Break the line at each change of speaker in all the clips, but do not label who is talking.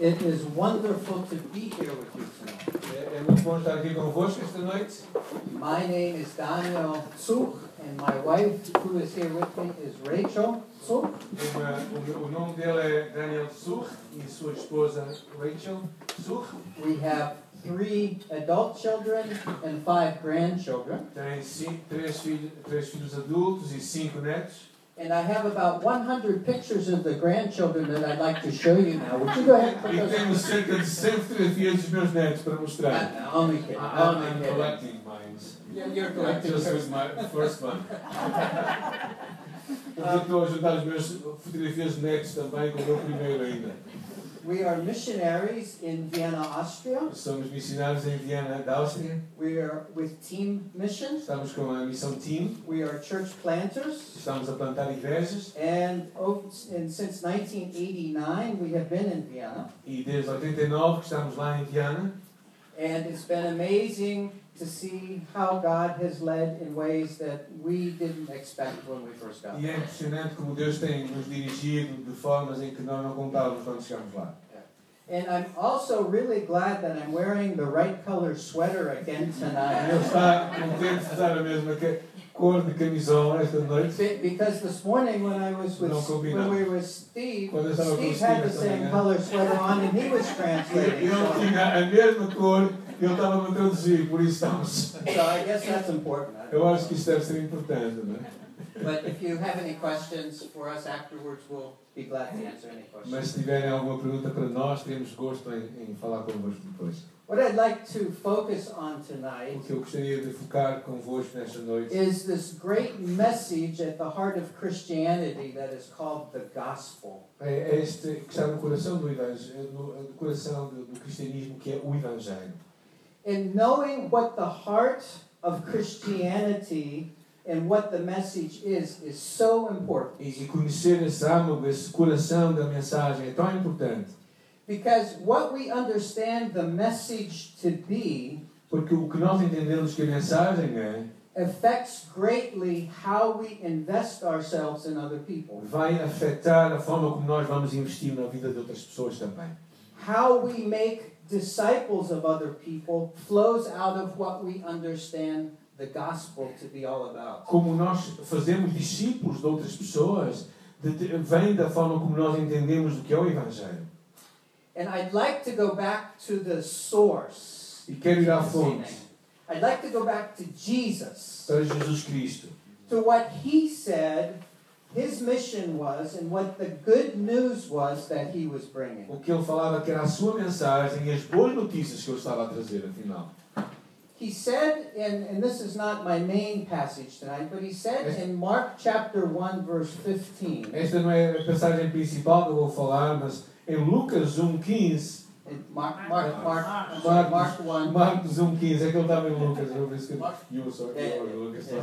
It is wonderful to be here with you tonight.
É, é muito bom estar aqui convosco esta noite.
My name is Daniel Zug, and my wife, who is here with me, is Rachel Zug.
É Uma- o, meu- o nome dele é Daniel Sur e sua esposa Rachel Sur.
We have three adult children and five grandchildren.
Tem cinco, três, filhos, três filhos adultos e cinco netos.
And I have about 100 pictures of the grandchildren that I'd like to show you now. Would you go ahead and put
E
those
tenho cerca de 100 fotografias dos meus netos para mostrar. ah,
I'm only kidding. I'm
I'm
only kidding.
Ah, collecting mines.
You're- You're
Not
collecting
just
yours.
with my first one. Eu estou a juntar as minhas fotografias de netos também com o meu primeiro ainda.
We are missionaries in Vienna, Austria.
Somos missionários em Viena, da Áustria.
We are with Team Missions.
Estamos com a missão Team.
We are church planters.
Estamos a plantar igrejas.
And, oh, and since 1989, we have been in Vienna.
E desde 89 que estamos lá em Viana.
And it's been amazing to see how God has led in ways that we didn't expect when we first got
E é
there.
impressionante como Deus tem nos dirigido de formas em que nós não contávamos quando chegámos lá.
And I'm also really glad that I'm wearing the right color sweater again
Ele
tonight.
está contente de usar a mesma ca- cor de camisola esta noite.
Be- Because this morning when I was with,
Não
when
combina.
we were with Steve,
Quando eu estava com
Steve
Steve
had the
essa
same
manhã.
color sweater on and he was translating.
Ele
So,
tinha a mesma cor e ele estava a traduzir, por isso estamos.
so I guess that's important. I don't
Eu acho
know.
que isso deve ser importante, não é?
But if you have any questions for us afterwards, we'll be glad to answer any
Mas
questions.
se tiverem alguma pergunta para nós, teremos gosto em, em falar convosco depois.
What I'd like to focus on tonight
O que eu gostaria de focar convosco nesta noite
is this great message at the heart of Christianity that is called the gospel.
É este que está no coração do Evangelho, no, é no coração do, do cristianismo, que é o Evangelho.
And knowing what the heart of Christianity and what the message is, is so important.
E, e conhecer esse âmago, esse coração da mensagem é tão importante.
Because what we understand the message to be
Porque o que nós entendemos que a mensagem é,
affects greatly how we invest ourselves in other people.
vai afetar a forma como nós vamos investir na vida de outras pessoas também.
how we make disciples of other people flows out of what we understand the gospel to be all about.
Como nós fazemos discípulos de outras pessoas, de- de- vem da forma como nós entendemos o que é o Evangelho.
And I'd like to go back to the source.
E quero ir à fonte,
I'd like to go back to Jesus,
para Jesus Cristo.
to what he said his mission was and what the good news was that he was bringing.
O que ele falava que era a sua mensagem e as boas notícias que eu estava a trazer, afinal.
He said, in, and this is not my main passage tonight, but he said in Mark chapter 1, verse 15.
Esta não é a passagem principal que eu vou falar, mas em Lucas 1,15,
And Mark, Mark, Mark, Mark,
Mark.
Mark one.
Marcos 1,15, é que ele estava em Lucas, eu por isso que eu sou eu
É,
sou
é,
Lucas.
é.
só.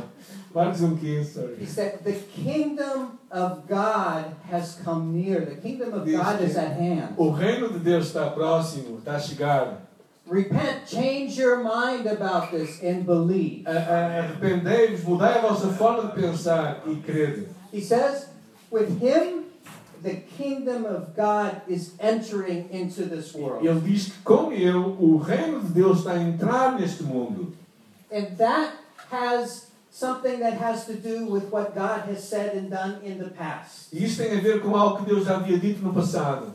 Marcos 1,15, sorry.
He said, "The kingdom of God has come near. The kingdom of God is at hand.
O reino de Deus está próximo, está a chegar.
Repent, change your mind about this, and believe."
A- a- Arrependei-vos, mudai a vossa forma de pensar e crede.
He says, "With him, the kingdom of God is entering into this world,
Ele diz que, como eu, o reino de Deus está a entrar neste mundo.
and that has something that has to do with what God has said and done in the past."
E isto tem a ver com algo que Deus já havia dito no passado.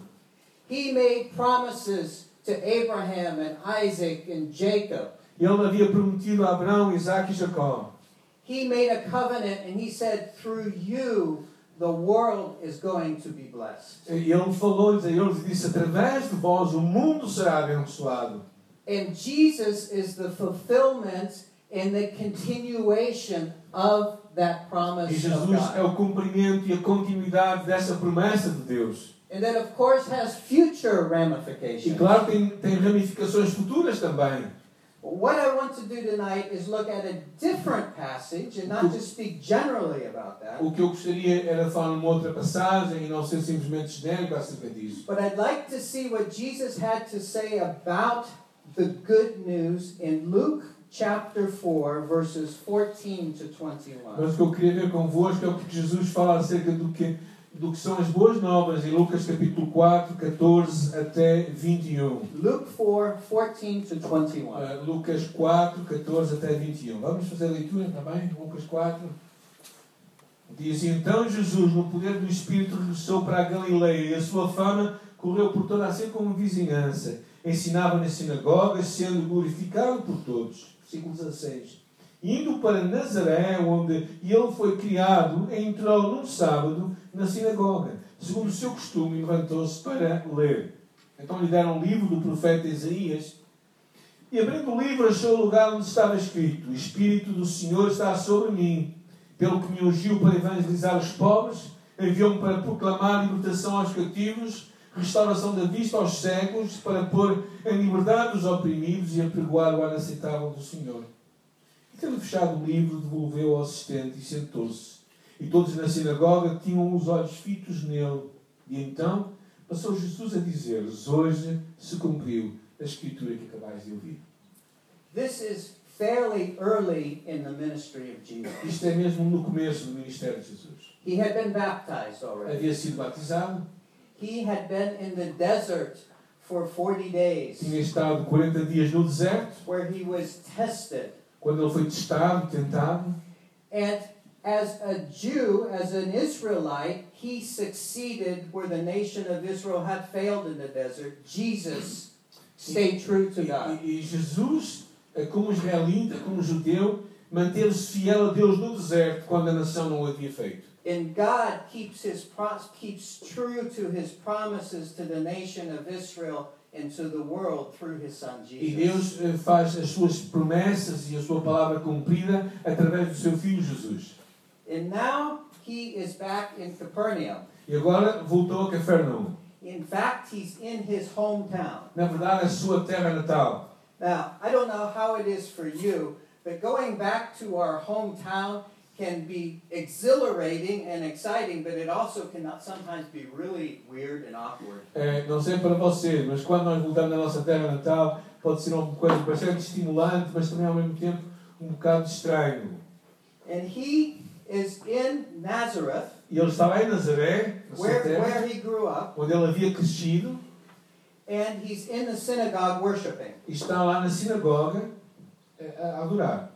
He made promises to Abraham and Isaac and Jacob.
Ele havia prometido a Abraão, Isaac e Jacó.
He made a covenant and he said, Through you, the world is going to be blessed.
E ele falou-lhes a eles e disse: Através de vós o mundo será abençoado.
And Jesus is the fulfillment and the continuation of that promise
E
of
Jesus é
God.
o cumprimento e a continuidade dessa promessa de Deus.
And that, of course, has future
E
ramifications.
claro, tem, tem ramificações futuras também.
But what I want to do tonight is look at a different passage and not just speak generally about that.
O que eu gostaria era falar numa outra passagem e não ser simplesmente genérico acerca disso.
But I'd like to see what Jesus had to say about the good news in Luke chapter 4, verses 14 to 21.
Mas o que eu queria ver convosco é o que Jesus fala acerca do que do que são as boas novas em Lucas capítulo 4, 14 até 21.
Luke 4 14 to 21.
Ah, Lucas 4, 14 até 21. Vamos fazer a leitura também? Lucas 4. Diz: Então Jesus, no poder do Espírito, regressou para a Galileia e a sua fama correu por toda a circunvizinhança. Ensinava nas sinagogas, sendo glorificado por todos. Versículo 16. Indo para Nazaré, onde ele foi criado, entrou num sábado na sinagoga. Segundo o seu costume, levantou-se para ler. Então lhe deram um livro do profeta Isaías. E abrindo o livro, achou o lugar onde estava escrito: O Espírito do Senhor está sobre mim, pelo que me ungiu para evangelizar os pobres, enviou-me para proclamar libertação aos cativos, restauração da vista aos cegos, para pôr em liberdade os oprimidos e apregoar o ano aceitável do Senhor. E tendo fechado o livro, devolveu ao assistente e sentou-se. E todos na sinagoga tinham os olhos fitos nele. E então passou Jesus a dizer-lhes: Hoje se cumpriu a escritura que acabais de ouvir.
This is fairly early in the ministry of Jesus.
Isto é mesmo no começo do ministério de Jesus.
He had been baptized already.
Havia sido batizado,
He had been in the desert for 40 days
tinha estado 40 dias no deserto,
where he was tested.
quando ele foi testado, tentado.
And as a Jew, as an Israelite, he succeeded where the nation of Israel had failed in the desert. Jesus stayed true to God.
E, e Jesus, eh, como israelita, como judeu, manteve-se fiel a Deus no deserto quando a nação não o havia feito.
And God keeps his pro- keeps true to his promises to the nation of Israel and to the world through his son
E
Jesus.
Deus eh, faz as suas promessas e a sua palavra cumprida através do seu filho Jesus.
And now he is back in Capernaum.
E agora voltou a Cafarnaum.
In fact, he's in his hometown.
Na verdade, a sua terra natal.
Now, I don't know how it is for you, but going back to our hometown can be exhilarating and exciting, but it also can sometimes be really weird and awkward.
É, não sei para vocês, mas quando nós voltamos à nossa terra natal, pode ser uma coisa bastante estimulante, mas também ao mesmo tempo um bocado estranho.
And he is in Nazareth,
E ele estava em Nazaré, na sua
where,
terra,
where he grew up,
onde ele havia crescido,
and he's in the synagogue worshiping.
e está lá na sinagoga eh, a adorar.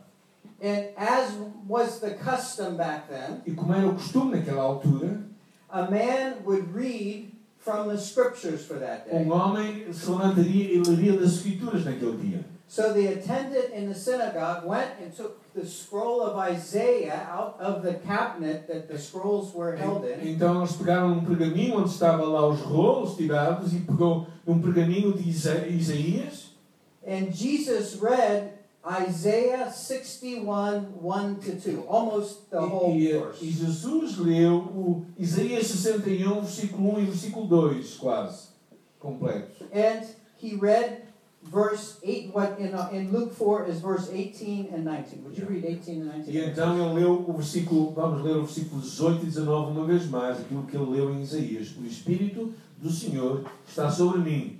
And as was the custom back then,
E como era o costume naquela altura,
a man would read from the scriptures for that day.
um homem se levantaria e leria das escrituras naquele dia.
So the attendant in the synagogue went and took the scroll of Isaiah out of the cabinet that the scrolls were held in,
Então eles pegaram um pergaminho onde estava lá os rolos tirados e pegou um pergaminho de Isa- Isaías
and Jesus read Isaiah 61 1 to 2, almost the whole
E, e, e
verse.
Jesus leu o Isaías 61, versículo 1 e versículo 2, quase, completos.
And he read verse 8, what in, uh, in Luke 4 is verse 18 and 19. Would you read 18 and 19?
E então ele leu o versículo, vamos ler o versículo 18 e 19 uma vez mais, aquilo que ele leu em Isaías. O Espírito do Senhor está sobre mim,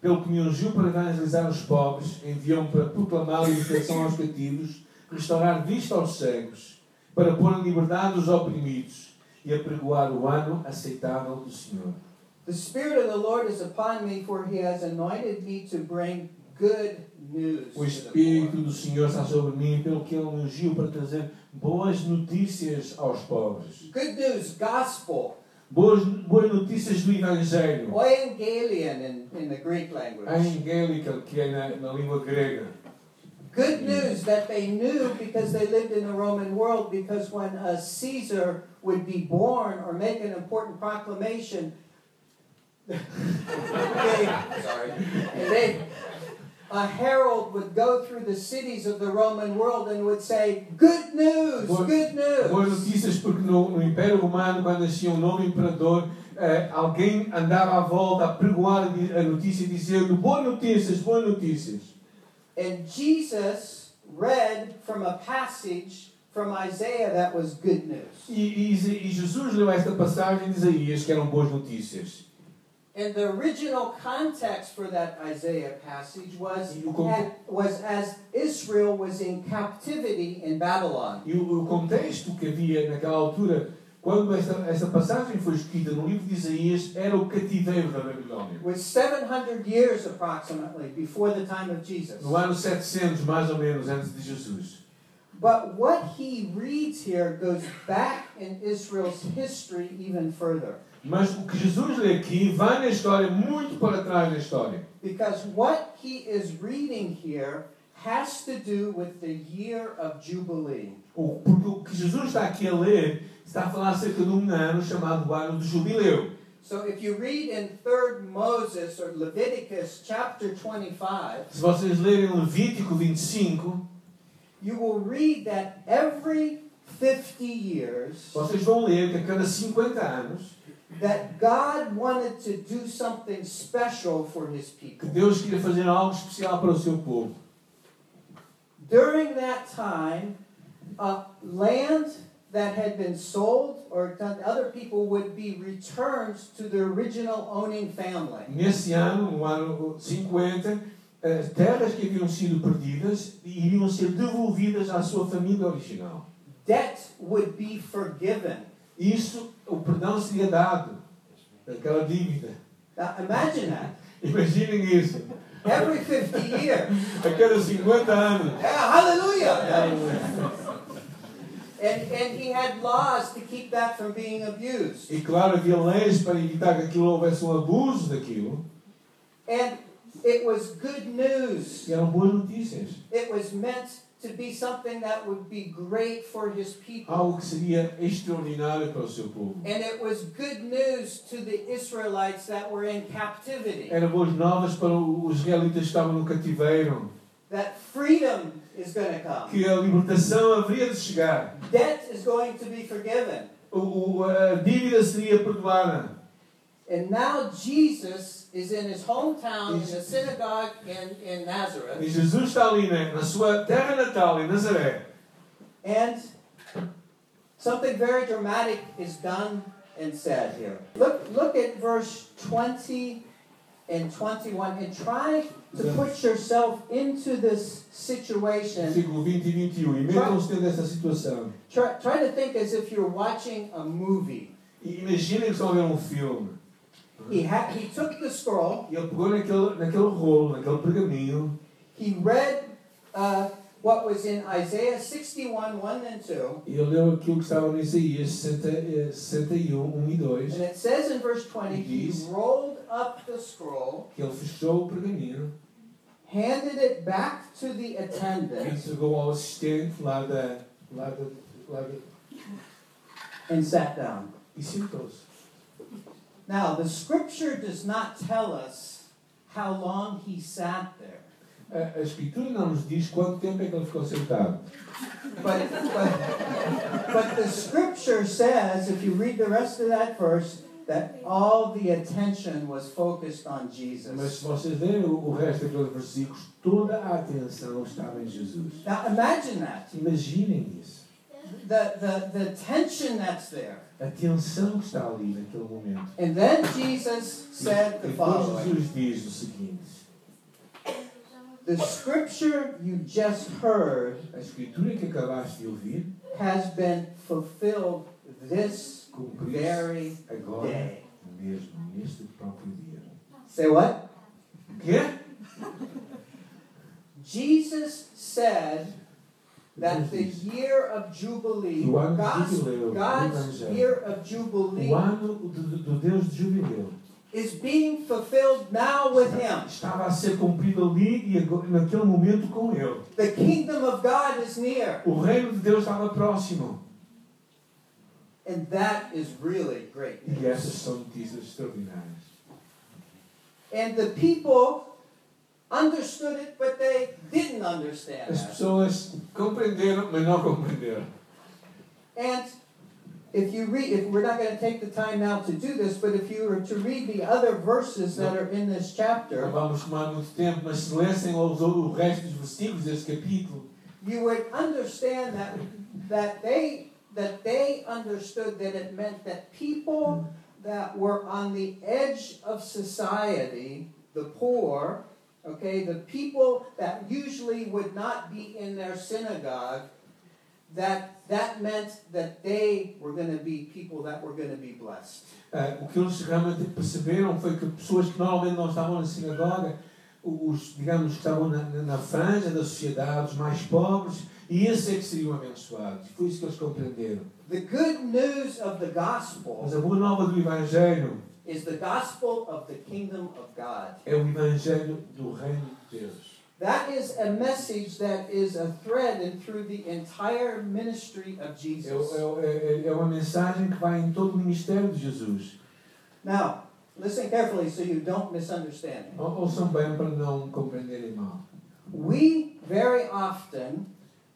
pelo que me ungiu para evangelizar os pobres, enviou-me para proclamar a libertação aos cativos, restaurar vista aos cegos, para pôr em liberdade os oprimidos e apregoar o ano aceitável do Senhor.
The Spirit of the Lord is upon me, for he has anointed me to bring good news. to the
O
poor.
Espírito do Senhor está sobre mim, pelo que ele me ungiu para trazer boas notícias aos pobres.
Good news, gospel,
Boas, boas notícias do Evangelho.
oangelion in, in the Greek language.
Angélica, que é na, na língua grega.
Good news that they knew because they lived in the Roman world, because when a Caesar would be born or make an important proclamation, they, sorry, they, a herald would go through the cities of the Roman world and would say, Good news,
Boa-
good
Boas
news.
notícias porque no, no Império Romano, quando nascia um novo imperador, eh, alguém andava à volta a pregoar a notícia, dizendo boas notícias, boas notícias.
And Jesus read from a passage from Isaiah that was good news.
E, e, e Jesus leu esta passagem de Isaías, que eram boas notícias.
And the original context for that Isaiah passage was,
You com-
at- was as Israel was in captivity in Babylon.
E o, o contexto que havia naquela altura Quando esta, esta passagem foi escrita no livro de Isaías, era o cativeiro da Babilônia.
It was 700 years approximately before the time of Jesus.
No ano 700, mais ou menos, antes de Jesus.
But what he reads here goes back in Israel's history even further.
Mas o que Jesus lê aqui vai na história, muito para trás na história.
Because what he is reading here has to do with the year of Jubilee.
O, porque o que Jesus está aqui a ler está a falar acerca de um ano chamado o ano do jubileu.
So if you read in 3rd Moses or Leviticus chapter 25,
Se vocês lerem Levítico 25,
you will read that every 50 years
vocês vão ler que a cada 50 anos
that God wanted to do something special for his
que
people.
Deus queria fazer algo especial para o seu povo.
During that time, uh, land that had been sold or done to other people would be returned to the original owning family.
Nesse ano, no ano 50, as terras que haviam sido perdidas iriam ser devolvidas à sua família original.
Debt would be forgiven.
Isso, o perdão seria dado, aquela dívida.
Now imagine that.
Imaginem isso.
Every 50 years.
A cada 50 anos.
Yeah, hallelujah. and, and he had laws to keep that from being abused.
E claro, havia leis para evitar que aquilo houvesse um abuso daquilo.
And it was good news.
E eram boas notícias.
It was meant to be something that would be great for his people.
Algo que seria extraordinário para o seu povo.
And it was good news to the Israelites that were in captivity.
Eram boas novas para os israelitas que estavam no cativeiro.
That freedom is going to come.
Que a libertação haveria de chegar.
Debt is going to be forgiven.
O, o- a dívida seria perdoada.
And now Jesus is in his hometown, in the synagogue in, in
E
Nazareth.
Jesus está ali né, na sua terra natal, em Nazaré.
And something very dramatic is done and said here. Look, look at verse 20 and 21 and try to put yourself into this situation
Versículo 20 e 21. E metam-se dentro dessa situação.
Try, try to think as if you're watching a movie.
E imaginem que estão a ver um filme.
He, ha- he took the scroll,
E ele pegou naquele, naquele rolo, naquele pergaminho.
he read uh, what was in Isaiah 61, 1 and 2,
E ele leu aquilo que estava em Isaías 60, eh, 61, 1 e 2.
and it says in verse 20 he
Yes.
rolled up the scroll,
Que ele fechou o pergaminho.
handed it back to the
E
attendant,
entregou ao assistente lá da... Lá da, lá da
and sat down.
e sentou-se.
Now, the scripture does not tell us how long he sat there,
A, a Escritura não nos diz quanto tempo é que ele ficou sentado.
but, but, but the scripture says, if you read the rest of that verse, that all the attention was focused on
É, Mas
Jesus.
se vocês lerem o o resto daqueles versículos, toda a atenção estava em Jesus.
Now imagine that
Imaginem isso.
the, the, the tension that's there.
A tensão que está ali naquele momento.
And then Jesus said the
E depois
following
Jesus diz o seguinte:
The scripture you just heard
A escritura que acabaste de ouvir
has been fulfilled this
cumpriu-se
very
agora,
day.
mesmo, neste próprio dia.
Say what?
O quê?
Jesus said that the
Jesus diz,
year of Jubilee,
O ano de
God's,
jubileu,
God's
do Evangelho,
year of Jubilee,
o ano do, do- do Deus de jubileu,
is being fulfilled now with Him.
estava a ser cumprido ali e agora, naquele momento com ele.
The kingdom of God is near.
O reino de Deus estava próximo.
And that is really great.
E essas são notícias extraordinárias.
And the people understood it, but they didn't understand
As
that.
pessoas compreenderam, mas não compreenderam.
And if you read, if we're not going to take the time now to do this, but if you were to read the other verses that are in this
Não
chapter,
vamos tomar muito tempo, mas se lessem os- o resto dos versículos deste capítulo,
you would understand that that they that they understood that it meant that people that were on the edge of society, the poor, okay, the people that usually would not be in their synagogue, that that meant that they were going to be people that were going to be blessed.
Ah, o que eles realmente perceberam foi que pessoas que normalmente não estavam na sinagoga, os, digamos, que estavam na, na- na franja da sociedade, os mais pobres, e esses é que seriam abençoados. Foi isso que eles compreenderam.
The good news of the
Mas
gospel
a boa nova do Evangelho
is the gospel of the kingdom of God.
é o Evangelho do Reino de Deus.
That is a message that is a thread and through the entire ministry of
É, o-
Jesus.
é o- é- é uma mensagem que vai em todo o ministério de Jesus.
Now, listen carefully so you don't misunderstand me.
Ou- Ouçam bem para não compreenderem mal.
We very often,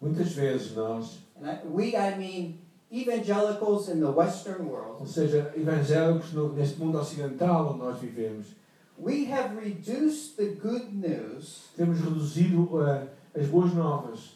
Muitas vezes nós,
and I, we I mean evangelicals in the Western world,
ou seja, evangélicos no- neste mundo ocidental onde nós vivemos,
we have reduced the good news
temos reduzido eh, as boas novas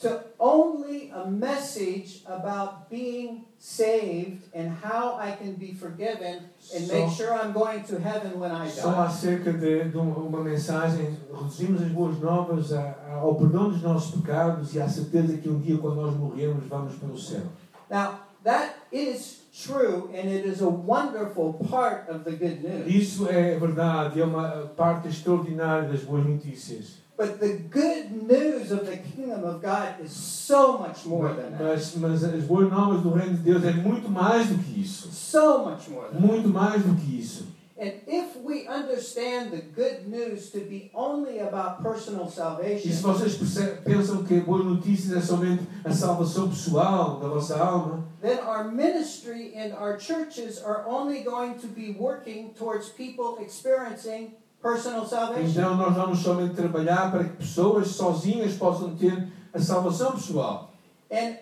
to only a message about being saved and how I can be forgiven and make
só,
sure I'm going to heaven when I
só
die.
acerca de, de um- uma mensagem. Reduzimos as boas novas a- a- ao perdão dos nossos pecados e à certeza que um dia, quando nós morrermos, vamos para o céu.
Now, that is true, and it is a wonderful part of the good news.
Isso é verdade, é uma parte extraordinária das boas notícias.
But the good news of the kingdom of God is so much more than that.
Mas, mas as boas novas do Reino de Deus é muito mais do que isso.
So much more than that.
Muito mais do que isso.
And if we understand the good news to be only about personal
E se
salvation,
vocês perce- pensam que boas notícias é somente a salvação pessoal da vossa alma,
then our ministry and our churches are only going to be working towards people experiencing personal salvation.
então nós vamos somente trabalhar para que pessoas sozinhas possam ter a salvação pessoal.
And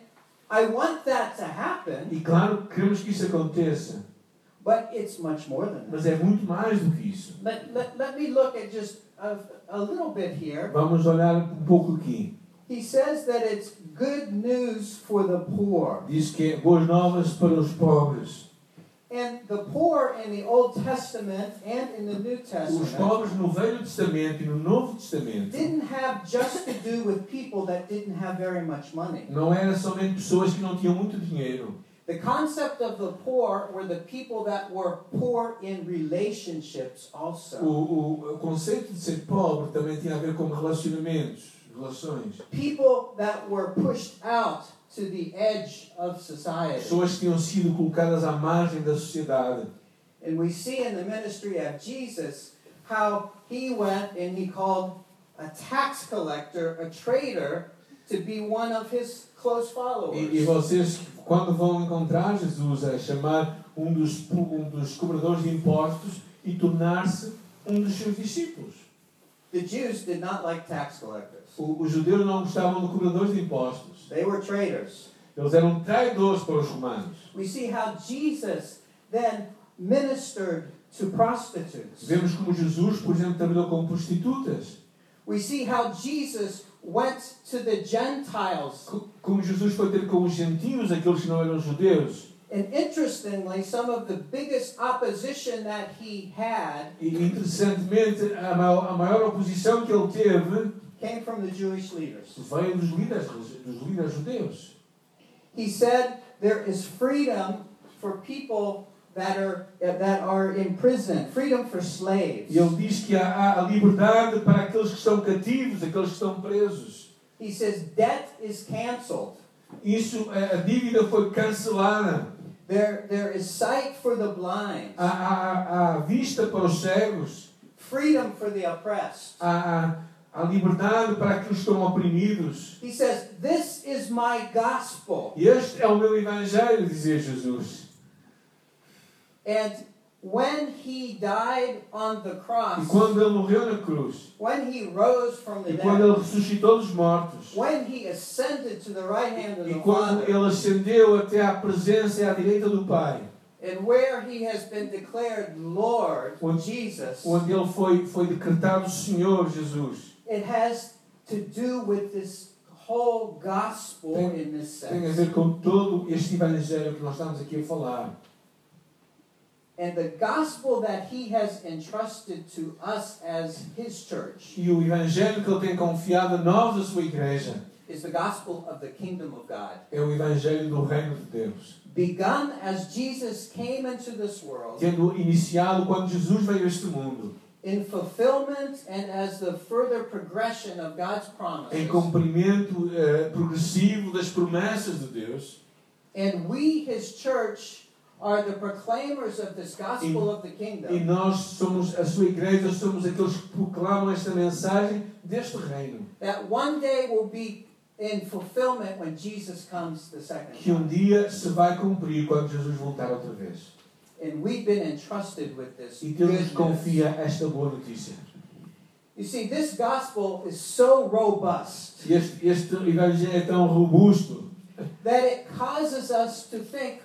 I want that to happen,
E claro, queremos que isso aconteça,
but it's much more than that.
mas é muito mais do que isso.
Let, let, let me look at just a, a little bit here.
Vamos olhar um pouco aqui.
He says that it's good news for the poor.
Diz que é boas novas para os pobres.
And the poor in the Old Testament and in the New
Os
Testament
pobres no Velho Testamento e no Novo Testamento
didn't have just to do with people that didn't have very much money.
não eram somente pessoas que não tinham muito dinheiro.
The concept of the poor were the people that were poor in relationships
O,
also.
o, o conceito de ser pobre também tinha a ver com relacionamentos, relações.
People that were pushed out to the edge of society.
pessoas que tinham sido colocadas à margem da sociedade.
And we see in the ministry of Jesus how he went and he called a tax collector, a traitor, to be one of his close followers.
E, e vocês, quando vão encontrar Jesus, a chamar um dos, pu- um dos cobradores de impostos e tornar-se um dos seus discípulos.
The Jews did not like tax collectors,
O- os judeus não gostavam de cobradores de impostos.
they were traitors.
Eles eram traidores para os romanos.
We see how Jesus then ministered to prostitutes.
Vemos como Jesus, por exemplo, trabalhou com prostitutas.
We see how Jesus went to the Gentiles.
Co- Como Jesus foi ter com os gentios, aqueles que não eram judeus.
And interestingly, some of the biggest opposition that he had
E, interessantemente, a maior, a maior oposição que ele teve
came from the Jewish leaders.
veio dos líderes, dos líderes judeus.
He said there is freedom for people that are that are in prison, freedom for slaves.
E ele diz que há, há a liberdade para aqueles que estão cativos, aqueles que estão presos.
He says debt is canceled.
Isso, a, a dívida foi cancelada.
There, there is sight for the blind,
Há, há- há- há vista para os cegos.
freedom for the oppressed.
Há, há, há liberdade para aqueles que estão oprimidos.
He says, This is my gospel.
E este é o meu evangelho, dizia Jesus.
And when he died on the
E
cross,
quando ele morreu na cruz,
when he rose from the
e quando ele
dead,
ressuscitou dos mortos,
when he ascended to the right hand of
e
the
quando
Father,
ele ascendeu até à presença e à direita do Pai,
and where he has been declared Lord,
Onde-
Jesus,
onde ele foi, foi decretado Senhor Jesus.
it has to do with this whole gospel
Tem-
in this
Tem a
sense.
ver com todo este evangelho que nós estamos aqui a falar.
And the gospel that he has entrusted to us as his church
E o evangelho que ele tem confiado a nós, a sua igreja,
is the gospel of the kingdom of God.
é o evangelho do reino de Deus,
Begun as Jesus came into this world,
tendo iniciado quando Jesus veio a este mundo,
in fulfillment and as the further progression of God's
em
promises.
cumprimento eh, progressivo das promessas de Deus,
And we, his church, are the proclaimers of this gospel of the
e
kingdom.
nós somos a sua igreja, somos aqueles que proclamam esta mensagem deste reino,
That one day will be in fulfillment when Jesus comes the second
que
time.
um dia se vai cumprir quando Jesus voltar outra vez.
And we've been entrusted with this.
E Deus
good
nos
news.
confia esta boa notícia.
You see, this gospel is so robust
E Este, este evangelho é tão robusto
that it causes us to think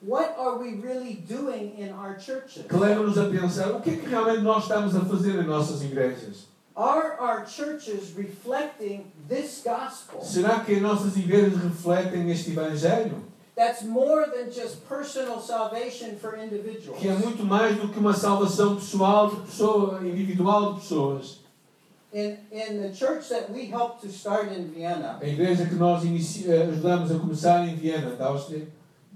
what are we really doing in our churches?
que leva-nos a pensar o que é que realmente nós estamos a fazer em nossas igrejas.
Are our churches reflecting this gospel?
Será que as nossas igrejas refletem este Evangelho?
That's more than just personal salvation for
Que é
individuals.
muito mais do que uma salvação pessoal, de pessoa, individual de pessoas.
In, in the church that we helped to start in Vienna,
A igreja que nós inici- eh, ajudamos a começar em Viena, da Áustria,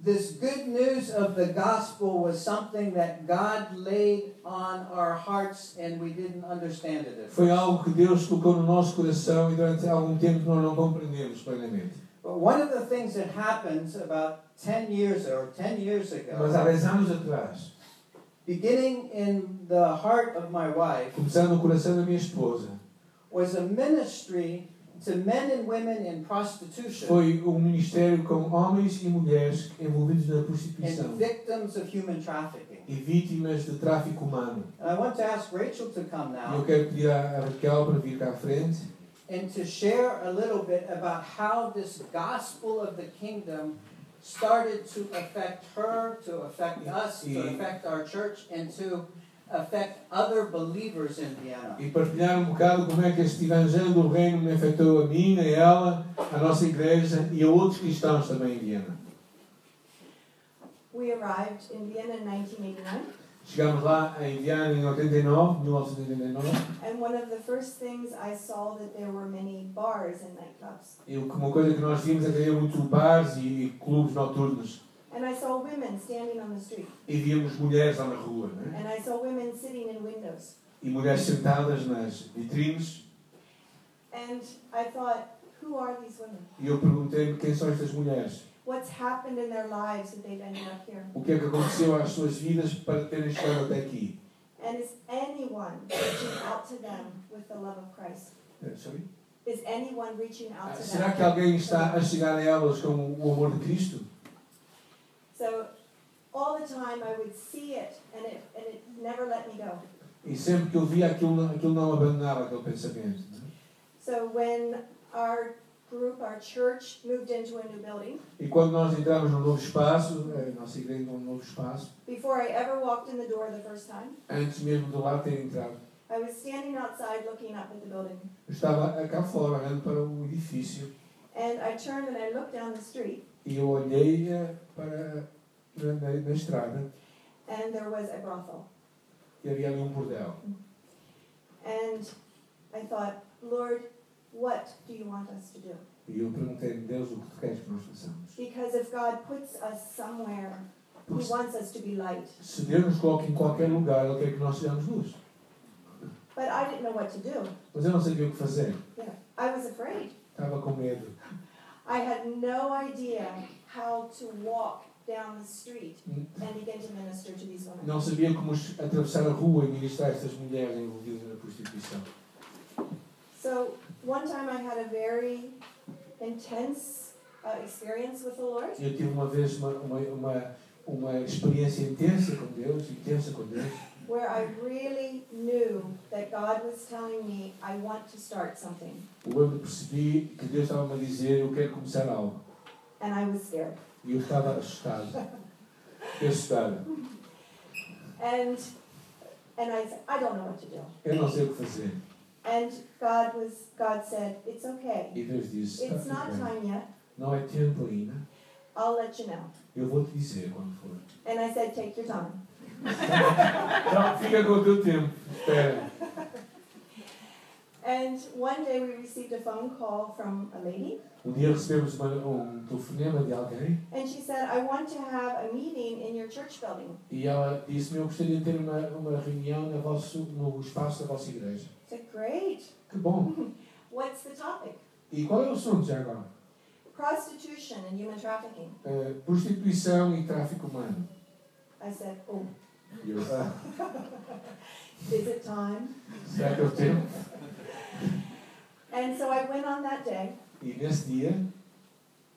this good news of the gospel was something that God laid on our hearts and we didn't understand it at
foi
first.
algo que Deus colocou no nosso coração e durante algum tempo nós não compreendemos plenamente.
But one of the things that happens about 10 years or 10 years
Mas há
ago,
10 anos atrás,
beginning in the heart of my wife,
começando no coração da minha esposa,
was a ministry to men and women in prostitution
foi um ministério com homens e mulheres envolvidos na
and
prostituição
victims of human trafficking.
e vítimas de tráfico humano.
And I want to ask Rachel to come
E eu
now
quero pedir à à Raquel para vir cá à frente.
and to share a little bit about how this gospel of the kingdom started to affect her, to affect us, to affect our church, and to affect other believers in Vienna.
e partilhar um bocado como é que este Evangelho do Reino me afetou a mim, a ela, a nossa igreja e a outros cristãos também em Viena.
We arrived in Vienna in 1989,
Chegámos lá em Viena em 89, 1989,
and one of the first things I saw that there were many bars and nightclubs.
e o que- uma coisa que nós vimos é que havia muitos bares e, e clubes noturnos,
And I saw women standing on the street,
e víamos mulheres lá na rua, né?
and I saw women sitting in windows.
e mulheres sentadas nas vitrines,
And I thought, who are these women?
e eu perguntei-me quem são estas mulheres,
What's happened in their lives that they've ended up here?
o que é que aconteceu às suas vidas para terem chegado até aqui.
And is anyone reaching out to them with the love of Christ?
Eh, sorry?
Is anyone reaching
Ah,
out to
Será
them?
que alguém está a chegar a elas com o amor de Cristo?
So all the time I would see it, and it, and it never let me go.
E sempre que eu via aquilo, aquilo não abandonava aquele pensamento. né?
So when our group, our church, moved into a new building,
E quando nós entramos num novo espaço, a nossa igreja num novo espaço,
before I ever walked in the door the first time,
antes mesmo de lá ter entrado,
I was standing outside looking up at the building.
eu estava cá fora, olhando para o edifício,
And I turned and I looked down the street,
e eu olhei eh, para na, na, na estrada
and there was a brothel.
e havia ali um bordel.
And I thought, Lord, what do you want us to do?
E eu perguntei-me, Deus, o que tu queres que nós façamos?
Because if God puts us somewhere, He
Porque se-
wants us to be light.
se Deus nos coloca em qualquer lugar, Ele quer que nós sejamos luz.
But I didn't know what to do.
Mas eu não sabia o que fazer,
Yeah, I was afraid.
estava com medo.
I had no idea how to walk down the street and begin to minister to these women.
Não sabia como os- atravessar a rua e ministrar estas mulheres envolvidas na prostituição.
So one time I had a very intense uh, experience with the Lord,
Eu tive uma vez uma, uma, uma, uma experiência intensa com Deus, intensa com Deus,
where I really knew that God was telling me, I want to start something.
onde percebi que Deus estava-me a dizer: Eu quero começar algo.
And I was scared.
E eu estava assustado. Fiquei assustado.
And and I said, I don't know what to do.
Eu não sei o que fazer.
And God was God said, It's okay.
E Deus disse:
It's
Está
not
tudo bem.
time yet.
Não é tempo ainda.
I'll let you know.
Eu vou te dizer quando for.
And I said, Take your time.
Então fica com o teu tempo. Espera.
And one day we received a phone call from a lady,
Um dia recebemos uma, um telefonema de alguém
and she said, I want to have a meeting in your church building.
e ela disse-me: Eu gostaria de ter uma, uma reunião na vosso, no espaço da vossa igreja.
I said, Great.
Que bom!
What's the topic?
E qual é o assunto já agora?
Prostitution and human trafficking.
Eh, prostituição e tráfico humano.
I said, Oh,
E eu, ah,
is it time?
será que eu tenho?
And so I went on that day,
E nesse dia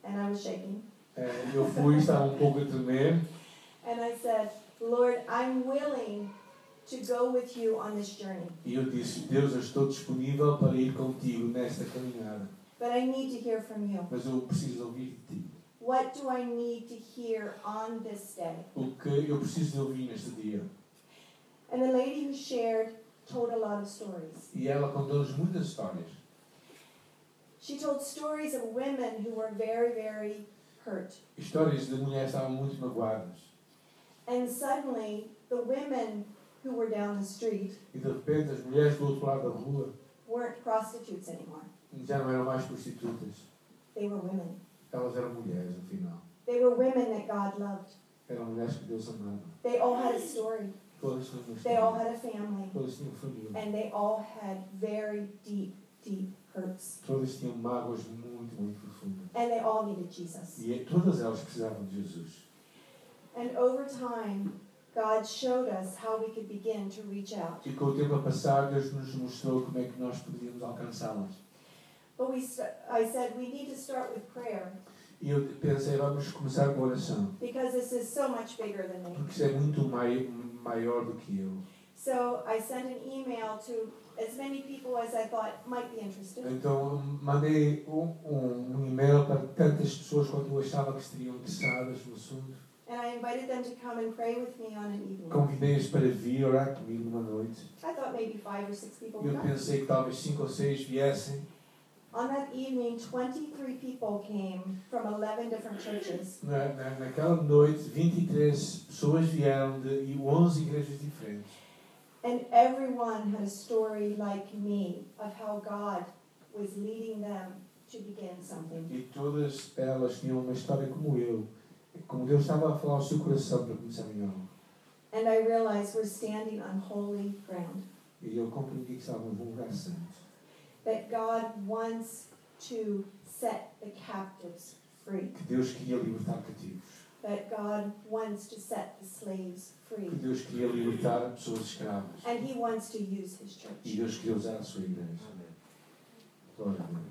and I was shaking.
eh, eu fui, estava um pouco a tremer
And I said, Lord, I'm willing to go with you on this journey,
e eu disse: Deus, eu estou disponível para ir contigo nesta caminhada,
but I need to hear from you.
mas eu preciso ouvir de ti.
What do I need to hear on this day?
O que eu preciso de ouvir neste dia?
And the lady who shared told a lot of stories.
E ela contou-nos muitas histórias.
She told stories of women who were very, very hurt.
Histórias de mulheres que estavam muito magoadas.
And suddenly, the women who were down the street
E de repente as mulheres do outro lado da rua
weren't prostitutes anymore.
já não eram mais prostitutas.
They were women.
Elas eram mulheres, afinal.
They were women that God loved.
Eram mulheres que Deus amava.
They all had a story,
Todas tinham uma
they all
história.
had a family,
Todas tinham família.
and they all had very deep, deep hurts.
Todas tinham mágoas muito, muito profundas.
And they all needed Jesus.
E é todas elas precisavam de Jesus.
And over time, God showed us how we could begin to reach out.
E com o tempo a passar, Deus nos mostrou como é que nós podíamos alcançá-las.
But we, st- I said we need to start with prayer
E eu pensei, vamos começar com oração.
because this is so much bigger than me.
Porque isso é muito mai maior do que eu.
So I sent an email to as many people as I thought might be interested.
Então mandei um, um, um e-mail para tantas pessoas quanto eu achava que estariam interessadas no assunto.
And I invited them to come and pray with me on an evening.
Convidei-as para vir orar comigo numa noite.
I thought maybe five or six people
E
would
Eu
come.
pensei que talvez cinco ou seis viessem.
On that evening, 23 people came from 11 different churches.
Na, na, naquela noite, 23 pessoas vieram de e 11 igrejas diferentes.
And everyone had a story like me of how God was leading them to begin something.
E todas elas tinham uma história como eu. Como Deus estava a falar ao seu coração para começar em algo.
And I realized we're standing on holy ground,
E eu compreendi que estávamos num lugar santo.
that God wants to set the captives free,
Que Deus queria libertar cativos.
that God wants to set the slaves free,
Que Deus queria libertar pessoas escravas.
and He wants to use His
E
church.
Deus queria usar a sua igreja. Glória a Deus.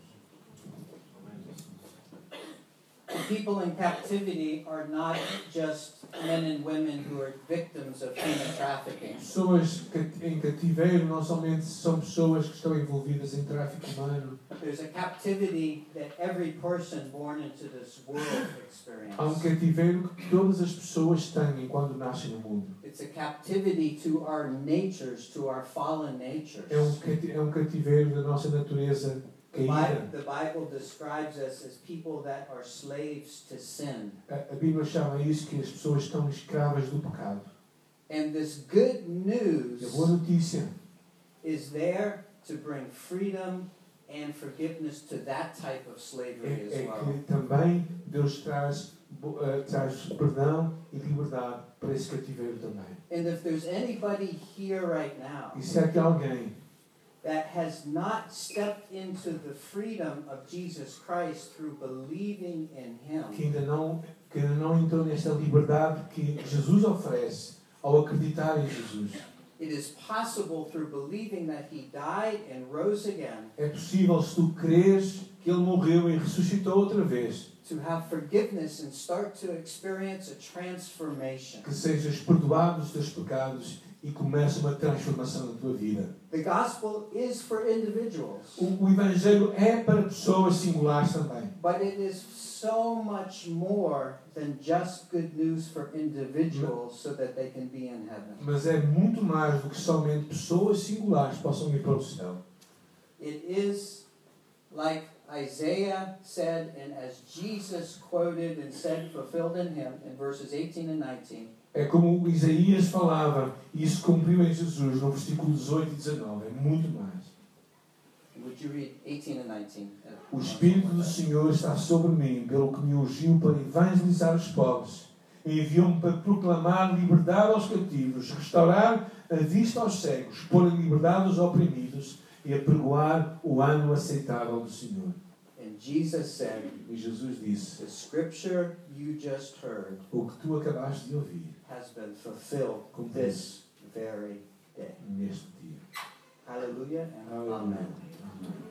The people in captivity are not just men and women who are victims of human trafficking.
Pessoas que- em cativeiro não somente são pessoas que estão envolvidas em tráfico humano.
There's a captivity that every person born into this world
Há um
experiences.
cativeiro que todas as pessoas têm quando nascem no mundo.
It's a captivity to our natures, to our fallen
É um,
natures.
cati- é um cativeiro da nossa natureza
The Bi-
caída.
the Bible describes us as people that are slaves to sin.
A, a Bíblia chama isso que as pessoas estão escravas do pecado.
And this good
E a
news
boa notícia
is there to bring freedom and forgiveness to that type of
é,
slavery as
é
well.
que também Deus traz, bo- eh, traz perdão e liberdade para esse cativeiro também.
And if there's anybody here right now
E se há aqui alguém
that has not stepped into the freedom of Jesus Christ through believing in
que
Him,
ainda não, que ainda não entrou nesta liberdade que Jesus oferece ao acreditar em Jesus.
it is possible through believing that He died and rose again
É possível, se tu creres que Ele morreu e ressuscitou outra vez,
to have forgiveness and start to experience a transformation.
que sejas perdoado dos teus pecados e comece uma transformação na tua vida.
The gospel is for individuals.
O, o Evangelho é para pessoas singulares também,
But it is so much more than just good news for individuals so that they can be in heaven.
mas é muito mais do que somente pessoas singulares possam ir para o céu.
It is like Isaiah said, and as Jesus quoted and said, fulfilled in him in verses 18 and 19
É como o Isaías falava, e isso cumpriu em Jesus no versículo 18 e 19, é muito mais.
you read 18 and 19?
O Espírito do Senhor está sobre mim, pelo que me ungiu para evangelizar os pobres. Enviou-me para proclamar liberdade aos cativos, restaurar a vista aos cegos, pôr em liberdade os oprimidos e apregoar o ano aceitável do Senhor.
And Jesus said,
E Jesus disse:
The scripture you just heard
O que tu acabaste de ouvir,
has been fulfilled
cumpriu-se
this very day.
neste dia.
Hallelujah and
Hallelujah.
amen.